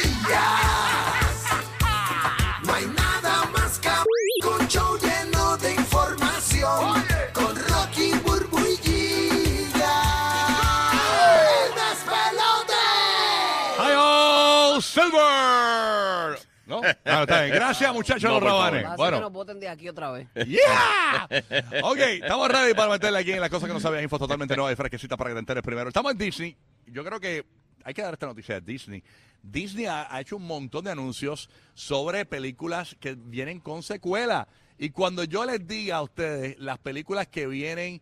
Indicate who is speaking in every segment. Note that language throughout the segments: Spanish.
Speaker 1: alegrías. No hay nada más que un show lleno de información. Con Rocky Burbullilla. ¡El despelote!
Speaker 2: ¡Hi, all, Silver! ¿No? Ah, está bien. Gracias, muchachos de los rabanes.
Speaker 3: Pasa que nos
Speaker 2: Bueno,
Speaker 3: voten de aquí otra vez.
Speaker 2: ¡yeah! Ok, estamos ready para meterle aquí en las cosas que no sabías. Info totalmente nueva y fresquecita para que te enteres primero. Estamos en Disney. Yo creo que hay que dar esta noticia de Disney. Disney ha, ha hecho un montón de anuncios sobre películas que vienen con secuela. Y cuando yo les diga a ustedes las películas que vienen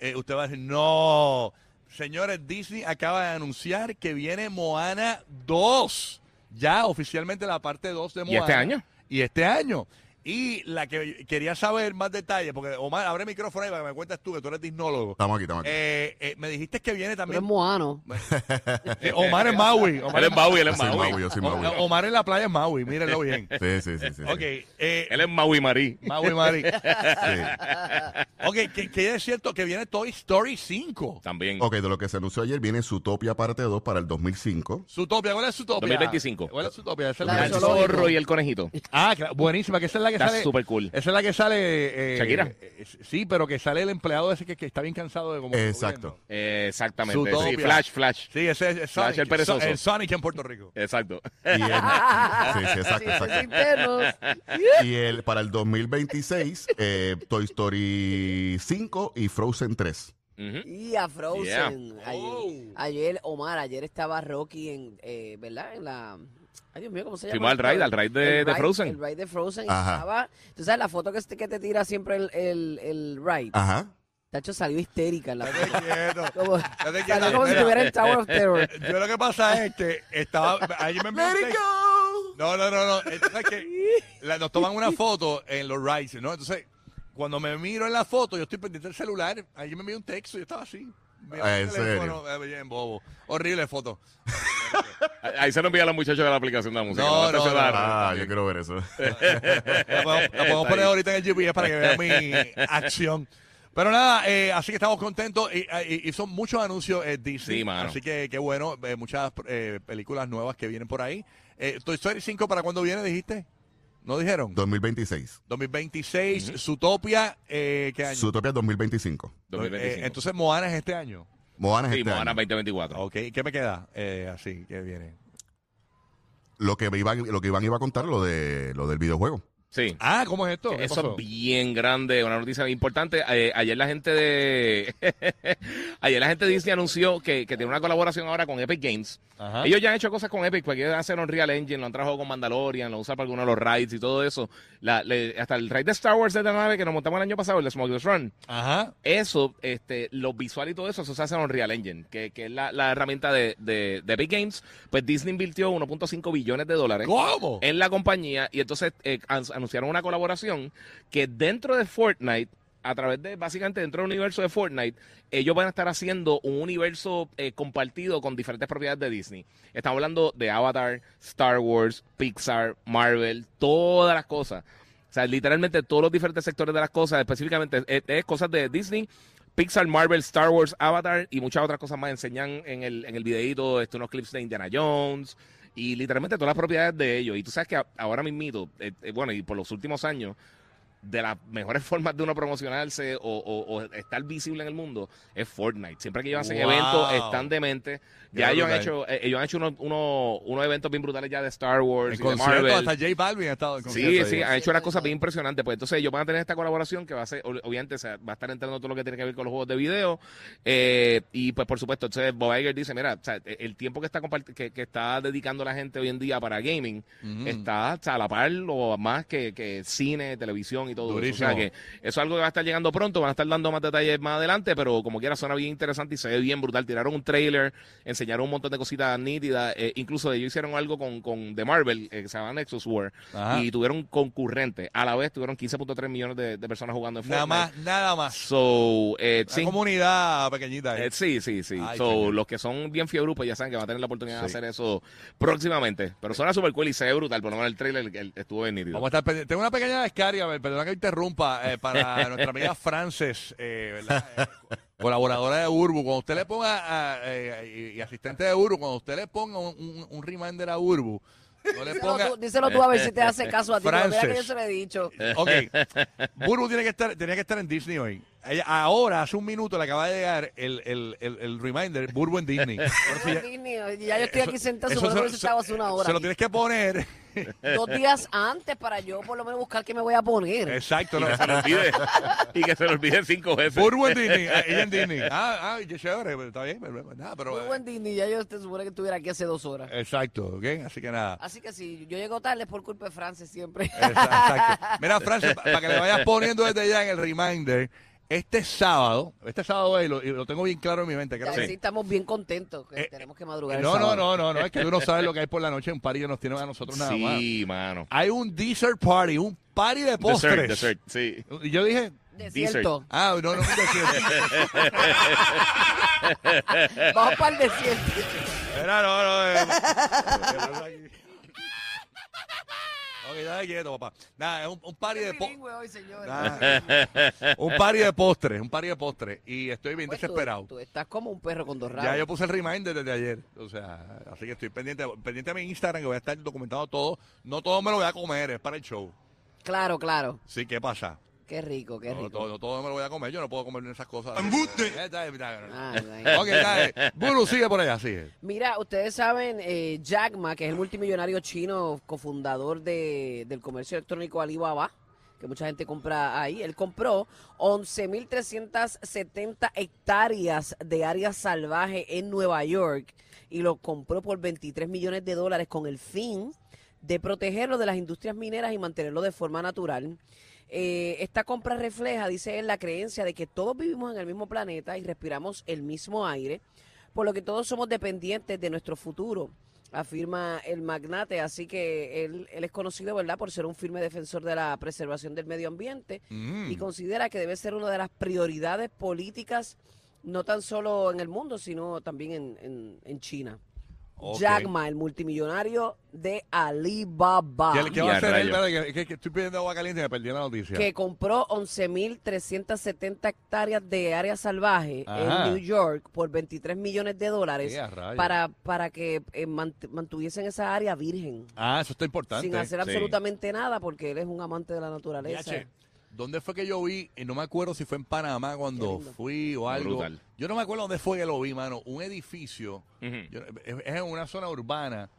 Speaker 2: eh, usted va a decir, no, señores, Disney acaba de anunciar que viene Moana 2. Ya oficialmente la parte 2 de Moana.
Speaker 4: este año?
Speaker 2: Y este año. Y la que quería saber más detalles, porque Omar, abre el micrófono ahí para que me cuentes tú, que tú eres disnólogo.
Speaker 5: Estamos aquí, estamos aquí.
Speaker 2: Eh, eh, me dijiste que viene
Speaker 3: Pero es
Speaker 2: también.
Speaker 3: moano.
Speaker 2: Eh, Omar en Maui.
Speaker 4: Él
Speaker 2: Omar,
Speaker 4: es Maui, él
Speaker 5: Yo
Speaker 4: es
Speaker 5: soy Maui,
Speaker 4: Maui.
Speaker 5: yo soy Maui.
Speaker 2: O- Omar en la playa es Maui, mírenlo bien.
Speaker 5: Sí, sí, sí. sí, sí.
Speaker 2: Ok, eh,
Speaker 4: Él es Maui Marí.
Speaker 2: Maui, Mari.
Speaker 5: Sí.
Speaker 2: Ok, que, que es cierto que viene Toy Story 5.
Speaker 4: También.
Speaker 5: Ok, de lo que se anunció ayer viene Zootopia parte 2 para el 2005.
Speaker 2: Zootopia, ¿cuál es Zootopia?
Speaker 4: 2025.
Speaker 2: ¿Cuál es Zootopia? Esa es
Speaker 3: La
Speaker 4: El
Speaker 2: que-
Speaker 3: del zoológico.
Speaker 4: zorro y el conejito.
Speaker 2: Ah, claro, buenísima, que esa es la que
Speaker 4: Está
Speaker 2: sale.
Speaker 4: súper cool.
Speaker 2: Esa es la que sale. eh,
Speaker 4: Shakira.
Speaker 2: eh, sí, pero que sale el empleado ese que, que está bien cansado de como.
Speaker 5: Exacto.
Speaker 4: Eh, exactamente.
Speaker 2: Zootopia.
Speaker 4: Sí, Flash, Flash.
Speaker 2: Sí, ese es, es
Speaker 4: Flash,
Speaker 2: Sonic.
Speaker 4: el perezoso.
Speaker 2: So- el Sonic en Puerto Rico.
Speaker 4: Exacto.
Speaker 5: Y el, sí, sí,
Speaker 3: Sí,
Speaker 5: exacto,
Speaker 3: esos
Speaker 5: exacto.
Speaker 3: internos.
Speaker 5: Y el, para el 2026, eh, Toy Story 5 y Frozen 3.
Speaker 4: Ujú.
Speaker 3: Y a Frozen.
Speaker 4: Yeah.
Speaker 3: Ayer,
Speaker 2: Oh.
Speaker 3: ayer, Omar, ayer estaba Rocky en, eh, ¿verdad? En la... Ay, Dios mío, ¿cómo se llama?
Speaker 4: Fuimos al ride, al ride de-
Speaker 3: El
Speaker 4: de Frozen.
Speaker 3: El ride de Frozen. y
Speaker 5: Ajá.
Speaker 3: estaba... Tú sabes la foto que, este- que te tira siempre el, el, el ride.
Speaker 5: Ajá.
Speaker 3: Tacho salió histérica en la foto.
Speaker 2: Estate quieto.
Speaker 3: Como,
Speaker 2: Estate quieto.
Speaker 3: salió como si
Speaker 2: Mira,
Speaker 3: estuviera en Tower of Terror.
Speaker 2: Yo lo que pasa es que estaba. Ayer me envió un texto- No, no, no, no. Entonces, que la- nos toman una foto en los rides, ¿no? Entonces, cuando me miro en la foto, yo estoy pendiente del celular. Ahí me envió un texto, yo estaba así. mirando
Speaker 5: Ah,
Speaker 2: el
Speaker 5: ¿en
Speaker 2: teléfono, eh, bien bobo. Horrible foto.
Speaker 4: Ahí se lo envía a los muchachos de la aplicación de la música.
Speaker 2: No,
Speaker 4: la
Speaker 2: no, Eh,
Speaker 4: estación de la radio.
Speaker 5: Ah, yo quiero ver eso.
Speaker 2: La podemos, la podemos
Speaker 4: Está
Speaker 2: poner
Speaker 4: ahí.
Speaker 2: ahorita en el GPS para que vean mi acción. Pero nada, eh, así que estamos contentos. Y, ah, y- hizo muchos anuncios eh, Disney.
Speaker 4: Sí, mano.
Speaker 2: así que qué bueno. eh, muchas eh, películas nuevas que vienen por ahí. Eh, Toy Story 5, ¿para cuándo viene? ¿Dijiste? ¿No dijeron?
Speaker 5: 2026.
Speaker 2: 2026, Zootopia, eh, ¿qué año?
Speaker 5: Zootopia 2025.
Speaker 4: 2025.
Speaker 2: Eh, entonces Moana es este año.
Speaker 5: Moana es
Speaker 4: sí,
Speaker 5: este
Speaker 4: Moana
Speaker 5: año.
Speaker 4: 2024.
Speaker 2: Ok, ¿qué me queda? Eh, así que viene.
Speaker 5: Lo que Iván, lo que Iván iba a contar lo de lo del videojuego.
Speaker 4: Sí.
Speaker 2: Ah, ¿cómo es esto? ¿Qué
Speaker 4: Eso
Speaker 2: pasó?
Speaker 4: es bien grande, una noticia importante. Eh, ayer la gente de ayer la gente de Disney anunció que, que tiene una colaboración ahora con Epic Games.
Speaker 2: Ajá.
Speaker 4: Ellos ya han hecho cosas con Epic, porque ellos hacen Unreal Engine, lo han trabajado con Mandalorian, lo usan para algunos de los rides y todo eso. La- le- hasta el ride de Star Wars de la nave que nos montamos el año pasado, el de Smuggler's Run.
Speaker 2: Ajá.
Speaker 4: Eso, este, lo visual y todo eso, eso se hace en Unreal Engine, que, que es la, la herramienta de, de, de Epic Games. Pues Disney invirtió 1.5 billones de dólares
Speaker 2: ¿Cómo?
Speaker 4: en la compañía y entonces eh, an- anunciaron una colaboración que dentro de Fortnite, a través de, básicamente dentro del universo de Fortnite, ellos van a estar haciendo un universo eh, compartido con diferentes propiedades de Disney. Estamos hablando de Avatar, Star Wars, Pixar, Marvel, todas las cosas. O sea, literalmente todos los diferentes sectores de las cosas, específicamente eh, es cosas de Disney, Pixar, Marvel, Star Wars, Avatar y muchas otras cosas más enseñan en el, en el videíto este, unos clips de Indiana Jones y literalmente todas las propiedades de ellos. Y tú sabes que a- ahora mismito, eh, eh, bueno, y por los últimos años, de las mejores formas de uno promocionarse o, o- o estar visible en el mundo es Fortnite. Siempre que ellos hacen
Speaker 2: Wow.
Speaker 4: eventos, están dementes. Ya
Speaker 2: Qué
Speaker 4: ellos han,
Speaker 2: brutal.
Speaker 4: hecho, eh, ellos han hecho unos, unos- unos eventos bien brutales ya de Star Wars,
Speaker 2: En
Speaker 4: y de
Speaker 2: concierto,
Speaker 4: Marvel.
Speaker 2: hasta J Balvin ha estado en
Speaker 4: Sí,
Speaker 2: concierto.
Speaker 4: sí,
Speaker 2: ahí.
Speaker 4: han hecho unas cosas bien impresionantes. Pues entonces ellos van a tener esta colaboración que va a ser, ob- obviamente, o sea, va a estar entrando todo lo que tiene que ver con los juegos de video. Eh, y pues, por supuesto, entonces Bob Iger dice, mira, o sea, e-, el tiempo que está, comparti- que, que está dedicando la gente hoy en día para gaming
Speaker 2: Ujú.
Speaker 4: está o sea, a la par o más que, que cine, televisión y todo
Speaker 2: Durísimo.
Speaker 4: eso. O sea, que eso es algo que va a estar llegando pronto, van a estar dando más detalles más adelante, pero como quiera suena bien interesante y se ve bien brutal. Tiraron un trailer, enseñaron un montón de cositas nítidas, eh, incluso ellos hicieron algo con, con The Marvel, eh, que se llama Nexus War,
Speaker 2: Ajá.
Speaker 4: y tuvieron concurrentes. A la vez tuvieron 15.3 millones de, de personas jugando en
Speaker 2: Nada
Speaker 4: Fortnite.
Speaker 2: más, nada más.
Speaker 4: So, eh,
Speaker 2: Una
Speaker 4: sí.
Speaker 2: comunidad pequeñita. ¿eh?
Speaker 4: Eh, sí, sí, sí.
Speaker 2: Ay,
Speaker 4: So,
Speaker 2: señor.
Speaker 4: los que son bien fiebre pues ya saben que van a tener la oportunidad de
Speaker 2: Sí.
Speaker 4: hacer eso próximamente. Pero suena super cool y se ve brutal. Por lo menos el trailer el- el- estuvo bien nítido.
Speaker 2: Vamos a estar pendientes. Tengo una pequeña descarga, perdona que interrumpa, eh, para nuestra amiga Frances, eh, ¿verdad? Eh, Colaboradora de Urbu, cuando usted le ponga a- eh, y, y asistente de Urbu, cuando usted le ponga un, un- un reminder a Urbu, no le
Speaker 3: Díselo
Speaker 2: ponga.
Speaker 3: tú, díselo tú a ver si te hace caso a ti. pero Mira que yo
Speaker 2: Frances.
Speaker 3: se lo he dicho.
Speaker 2: Ok, Burbu tiene que estar, tenía que estar en Disney hoy. Ella- ahora, hace un minuto, le acaba de llegar el, el, el, el reminder, Burbu en Disney. Por eso ya-
Speaker 3: Disney, ya yo estoy aquí
Speaker 2: eso-
Speaker 3: sentado,
Speaker 2: eso
Speaker 3: supone que
Speaker 2: se-
Speaker 3: hubiese estado hace una hora.
Speaker 2: Se lo
Speaker 3: aquí.
Speaker 2: tienes que poner.
Speaker 3: Dos días antes para yo por lo menos buscar qué me voy a poner.
Speaker 2: Exacto.
Speaker 4: Y
Speaker 2: no.
Speaker 4: que se le olvide, y que se le olvide cinco veces.
Speaker 2: Burbu en Disney. ah, Ella en Disney. Ah, ah, qué chévere. pero Está bien. Pero, nada, pero,
Speaker 3: Muy buen Disney, ya yo te supone que estuviera aquí hace dos horas.
Speaker 2: Eh. Exacto. ¿ok? Así que nada.
Speaker 3: Así que sí, yo llego tarde por culpa de Frances siempre.
Speaker 2: Eh, Exacto. Mira, Francia, para que le vayas poniendo desde ya en el reminder, este sábado, este sábado es, y lo, y lo tengo bien claro en mi mente. creo
Speaker 3: Ya
Speaker 2: que-
Speaker 3: sí, estamos bien contentos que
Speaker 2: Eh,
Speaker 3: tenemos que madrugar. el
Speaker 2: No, no,
Speaker 3: sábado.
Speaker 2: no, no, no, es que tú no sabes lo que hay por la noche en París que nos tienen a nosotros nada más.
Speaker 4: Sí, mano.
Speaker 2: Hay un dessert party, un party de
Speaker 4: Dessert,
Speaker 2: postres.
Speaker 4: dessert, sí.
Speaker 2: Y yo dije,
Speaker 3: Desierto.
Speaker 2: ah, no, no, un desierto.
Speaker 3: Vamos para el desierto.
Speaker 2: Era, no, no. eh. Ok, dale quieto, papá. Nada, es un, un party de postres.
Speaker 3: Bilingüe hoy, señores.
Speaker 2: Nah. un party de postres, un party de postres. Y estoy bien
Speaker 3: Pues tú-
Speaker 2: desesperado.
Speaker 3: Tú, estás como un perro con dos rabos.
Speaker 2: Ya yo puse el reminder desde ayer. O sea, así que estoy pendiente, pendiente a mi Instagram que voy a estar documentando todo. No todo me lo voy a comer, es para el show.
Speaker 3: Claro, claro.
Speaker 2: Sí, ¿qué pasa?
Speaker 3: Qué rico, qué
Speaker 2: No
Speaker 3: rico.
Speaker 2: todo, no todo me lo voy a comer, yo no puedo comer esas cosas.
Speaker 1: ¡Embuste!
Speaker 2: Eh, está bien, está bien.
Speaker 3: Ah, imagínate.
Speaker 2: Ok, dale. Buru, sigue por allá, sigue.
Speaker 3: Mira, ustedes saben, eh, Jack Ma, que es el multimillonario chino, cofundador de, del comercio electrónico Alibaba, que mucha gente compra ahí, él compró 11.370 hectáreas de área salvaje en Nueva York y lo compró por 23 millones de dólares con el fin de protegerlo de las industrias mineras y mantenerlo de forma natural. Eh, esta compra refleja, dice él, la creencia de que todos vivimos en el mismo planeta y respiramos el mismo aire, por lo que todos somos dependientes de nuestro futuro, afirma el magnate. Así que él, él es conocido, ¿verdad?, por ser un firme defensor de la preservación del medio ambiente
Speaker 2: Mm.
Speaker 3: y considera que debe ser una de las prioridades políticas, no tan solo en el mundo, sino también en, en- en China.
Speaker 2: Mm, Ok.
Speaker 3: Jack Ma, el multimillonario de Alibaba.
Speaker 2: ¿Qué, qué va a
Speaker 4: Ya,
Speaker 2: hacer él?
Speaker 4: rayo.
Speaker 2: Espérate, que, que- que estoy pidiendo agua caliente y me perdí la noticia.
Speaker 3: que compró 11.370 hectáreas de área salvaje
Speaker 2: Ajá.
Speaker 3: en New York por 23 millones de dólares
Speaker 2: Sí, a rayos.
Speaker 3: para, para que eh, mant- mantuviesen esa área virgen,
Speaker 2: Ah, eso está importante.
Speaker 3: sin hacer
Speaker 4: Sí.
Speaker 3: absolutamente nada, porque él es un amante de la naturaleza.
Speaker 2: Yache, ¿Dónde fue que yo vi? Eh, No me acuerdo si fue en Panamá cuando
Speaker 3: Qué lindo.
Speaker 2: fui o algo.
Speaker 4: Brutal.
Speaker 2: Yo no me acuerdo dónde fue que lo vi, mano. Un edificio.
Speaker 4: Ujú.
Speaker 2: yo- es, es en una zona urbana,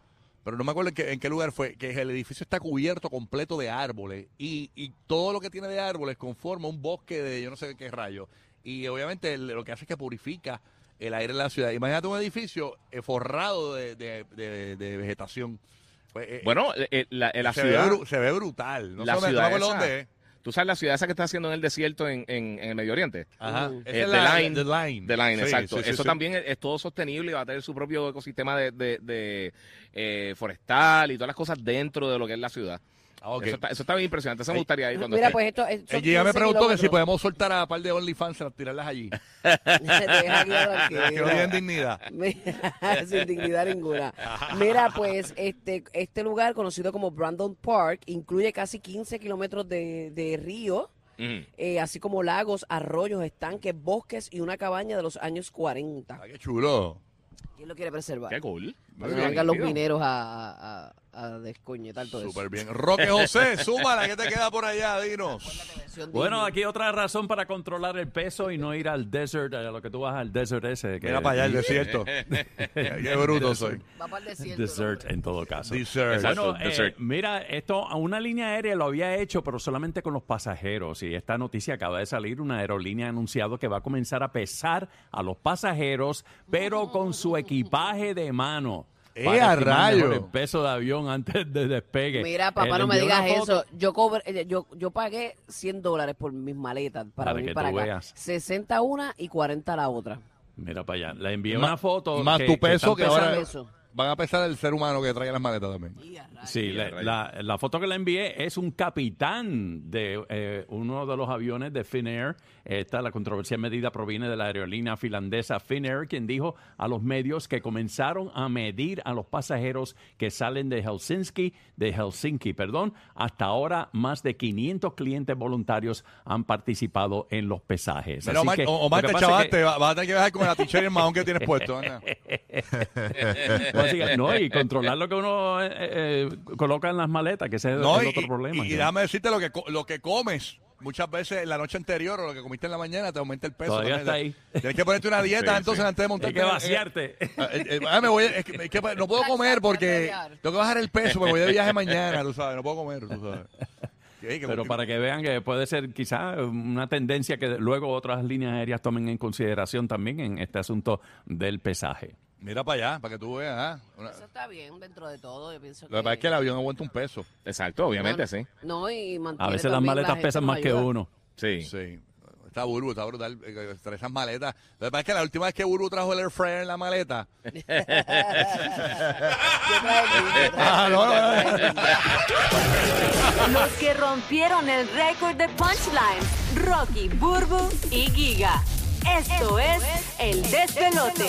Speaker 2: pero no me acuerdo en qué, en qué lugar fue. Que el edificio está cubierto completo de árboles. Y, y todo lo que tiene de árboles conforma un bosque de yo no sé qué rayo. Y obviamente el- lo que hace es que purifica el aire de la ciudad. Imagínate un edificio eh, forrado de, de- de- de vegetación. Pues, eh,
Speaker 4: Bueno, eh, eh, la, eh, la
Speaker 2: se,
Speaker 4: ciudad.
Speaker 2: ve bru- se ve brutal. No
Speaker 4: la
Speaker 2: sé dónde- no
Speaker 4: ciudad
Speaker 2: me acuerdo
Speaker 4: esa. uh,
Speaker 2: dónde es.
Speaker 4: Tú sabes la ciudad esa que está haciendo en el desierto en, en, en el Medio Oriente.
Speaker 2: Ajá.
Speaker 3: Mm.
Speaker 2: Esa
Speaker 4: Eh,
Speaker 2: es
Speaker 4: the
Speaker 2: la-
Speaker 4: Line.
Speaker 2: The Line.
Speaker 4: De Line,
Speaker 2: Sí,
Speaker 4: exacto.
Speaker 2: sí, sí,
Speaker 4: Eso
Speaker 2: sí.
Speaker 4: también es, es todo sostenible y va a tener su propio ecosistema de, de- de, eh, forestal y todas las cosas dentro de lo que es la ciudad.
Speaker 2: Ah, ok.
Speaker 4: Eso, está, eso está bien impresionante. Eso me
Speaker 2: Ey.
Speaker 4: gustaría ir cuando
Speaker 3: Mira,
Speaker 4: esté.
Speaker 3: pues esto es. son
Speaker 2: Ella ya me
Speaker 3: 15
Speaker 2: preguntó que si
Speaker 3: kilómetros.
Speaker 2: podemos soltar a par de OnlyFans a tirarlas allí.
Speaker 3: Deja aquí ahora
Speaker 2: que no digan dignidad.
Speaker 3: Mira, sin dignidad ninguna. Mira, pues este, este lugar conocido como Brandon Park incluye casi 15 kilómetros de, de río,
Speaker 4: Ujú.
Speaker 3: eh, así como lagos, arroyos, estanques, bosques y una cabaña de los años 40.
Speaker 2: Ah, qué chulo.
Speaker 3: ¿Quién lo quiere preservar?
Speaker 4: Qué cool.
Speaker 3: Para
Speaker 4: Muy
Speaker 3: que
Speaker 4: bien,
Speaker 3: vengan los
Speaker 4: tío.
Speaker 3: mineros a, a, a- a descoñetar todo
Speaker 2: Súper bien. Roque José, súmala, ¿qué te queda por allá? Dinos.
Speaker 3: eso.
Speaker 6: Bueno, aquí otra razón para controlar el peso y no ir al desert, a lo que tú vas al desert ese. Que
Speaker 2: Mira para allá el desierto. qué bruto soy.
Speaker 3: Va para el desierto. el
Speaker 6: Desert
Speaker 3: hombre.
Speaker 6: en todo caso.
Speaker 2: Dessert.
Speaker 4: Exacto.
Speaker 6: Bueno, eh,
Speaker 4: desert.
Speaker 6: mira, esto a una línea aérea lo había hecho, pero solamente con los pasajeros. Y esta noticia acaba de salir. Una aerolínea ha anunciado que va a comenzar a pesar a los pasajeros, pero con su equipaje de mano.
Speaker 2: ¡Eh,
Speaker 6: para
Speaker 2: a
Speaker 6: estimar mejor
Speaker 2: rayo!
Speaker 6: El peso de avión antes de despegue.
Speaker 3: Mira,
Speaker 6: Eh,
Speaker 3: papá, no me
Speaker 6: envié una
Speaker 3: digas
Speaker 6: foto.
Speaker 3: eso. Yo, cobré, eh, yo, yo pagué 100 dólares por mis maletas para,
Speaker 6: Para
Speaker 3: venir
Speaker 6: que
Speaker 3: para
Speaker 6: tú
Speaker 3: acá.
Speaker 6: veas.
Speaker 3: 60 una y 40 la otra.
Speaker 6: Mira para allá. Le envié
Speaker 2: Más-
Speaker 6: una foto.
Speaker 2: más tu peso
Speaker 6: están
Speaker 2: que
Speaker 6: pesando-
Speaker 2: ahora-
Speaker 3: Eso.
Speaker 2: van a pesar el ser humano que trae las maletas también.
Speaker 3: Y a rayos.
Speaker 6: Sí, la, la- la foto que le envié es un capitán de eh, uno de los aviones de Finnair. Esta, la controversia medida proviene de la aerolínea finlandesa Finnair, quien dijo a los medios que comenzaron a medir a los pasajeros que salen de Helsinki, de Helsinki, perdón. Hasta ahora, más de 500 clientes voluntarios han participado en los pesajes.
Speaker 2: Mira,
Speaker 6: Así
Speaker 2: Omar,
Speaker 6: que,
Speaker 2: o- Omar,
Speaker 6: lo que
Speaker 2: te
Speaker 6: pasa es
Speaker 2: chavaste,
Speaker 6: que-
Speaker 2: va- vas a tener que bajar con la tichera y el mahón que tienes puesto. anda.
Speaker 6: así que- no, y controlar lo que uno eh, eh, coloca en las maletas, que ese es
Speaker 2: No,
Speaker 6: el
Speaker 2: y,
Speaker 6: otro problema.
Speaker 2: y- y
Speaker 6: ¿no?
Speaker 2: déjame decirte lo que, co- lo que comes. Muchas veces en la noche anterior o lo que comiste en la mañana te aumenta el peso.
Speaker 6: Todavía
Speaker 2: también.
Speaker 6: está ahí.
Speaker 2: Tienes que ponerte una dieta
Speaker 5: Sí,
Speaker 2: entonces
Speaker 5: sí.
Speaker 2: antes de montarte.
Speaker 6: Hay que
Speaker 2: en-
Speaker 6: vaciarte.
Speaker 2: Ah, eh, eh, ah, me voy, es que- es que no puedo comer porque tengo que bajar el peso, me voy de viaje mañana, tú sabes, no puedo comer, tú sabes. Sí, que-
Speaker 6: Pero para que vean que puede ser quizá una tendencia que luego otras líneas aéreas tomen en consideración también en este asunto del pesaje.
Speaker 2: Mira para allá, para que tú veas. ah. Una-
Speaker 3: Eso está bien dentro de todo. Yo pienso
Speaker 2: lo que pasa es que el avión aguanta un peso.
Speaker 4: Exacto, obviamente, sí.
Speaker 3: No, y mantiene
Speaker 6: A veces las
Speaker 3: también la
Speaker 6: maletas
Speaker 3: gente
Speaker 6: pesan
Speaker 3: nos
Speaker 6: más que
Speaker 3: ayuda.
Speaker 6: uno.
Speaker 4: Sí.
Speaker 2: Sí. Está Burbu, está brutal. eh, Trae esas maletas. Lo que pasa es que la última vez que Burbu trajo el air fryer en la maleta.
Speaker 3: Yo traigo el-
Speaker 2: Ah, no, no, no.
Speaker 7: Los que rompieron el récord de punchline, Rocky, Burbu y Giga. Esto es El Despelote.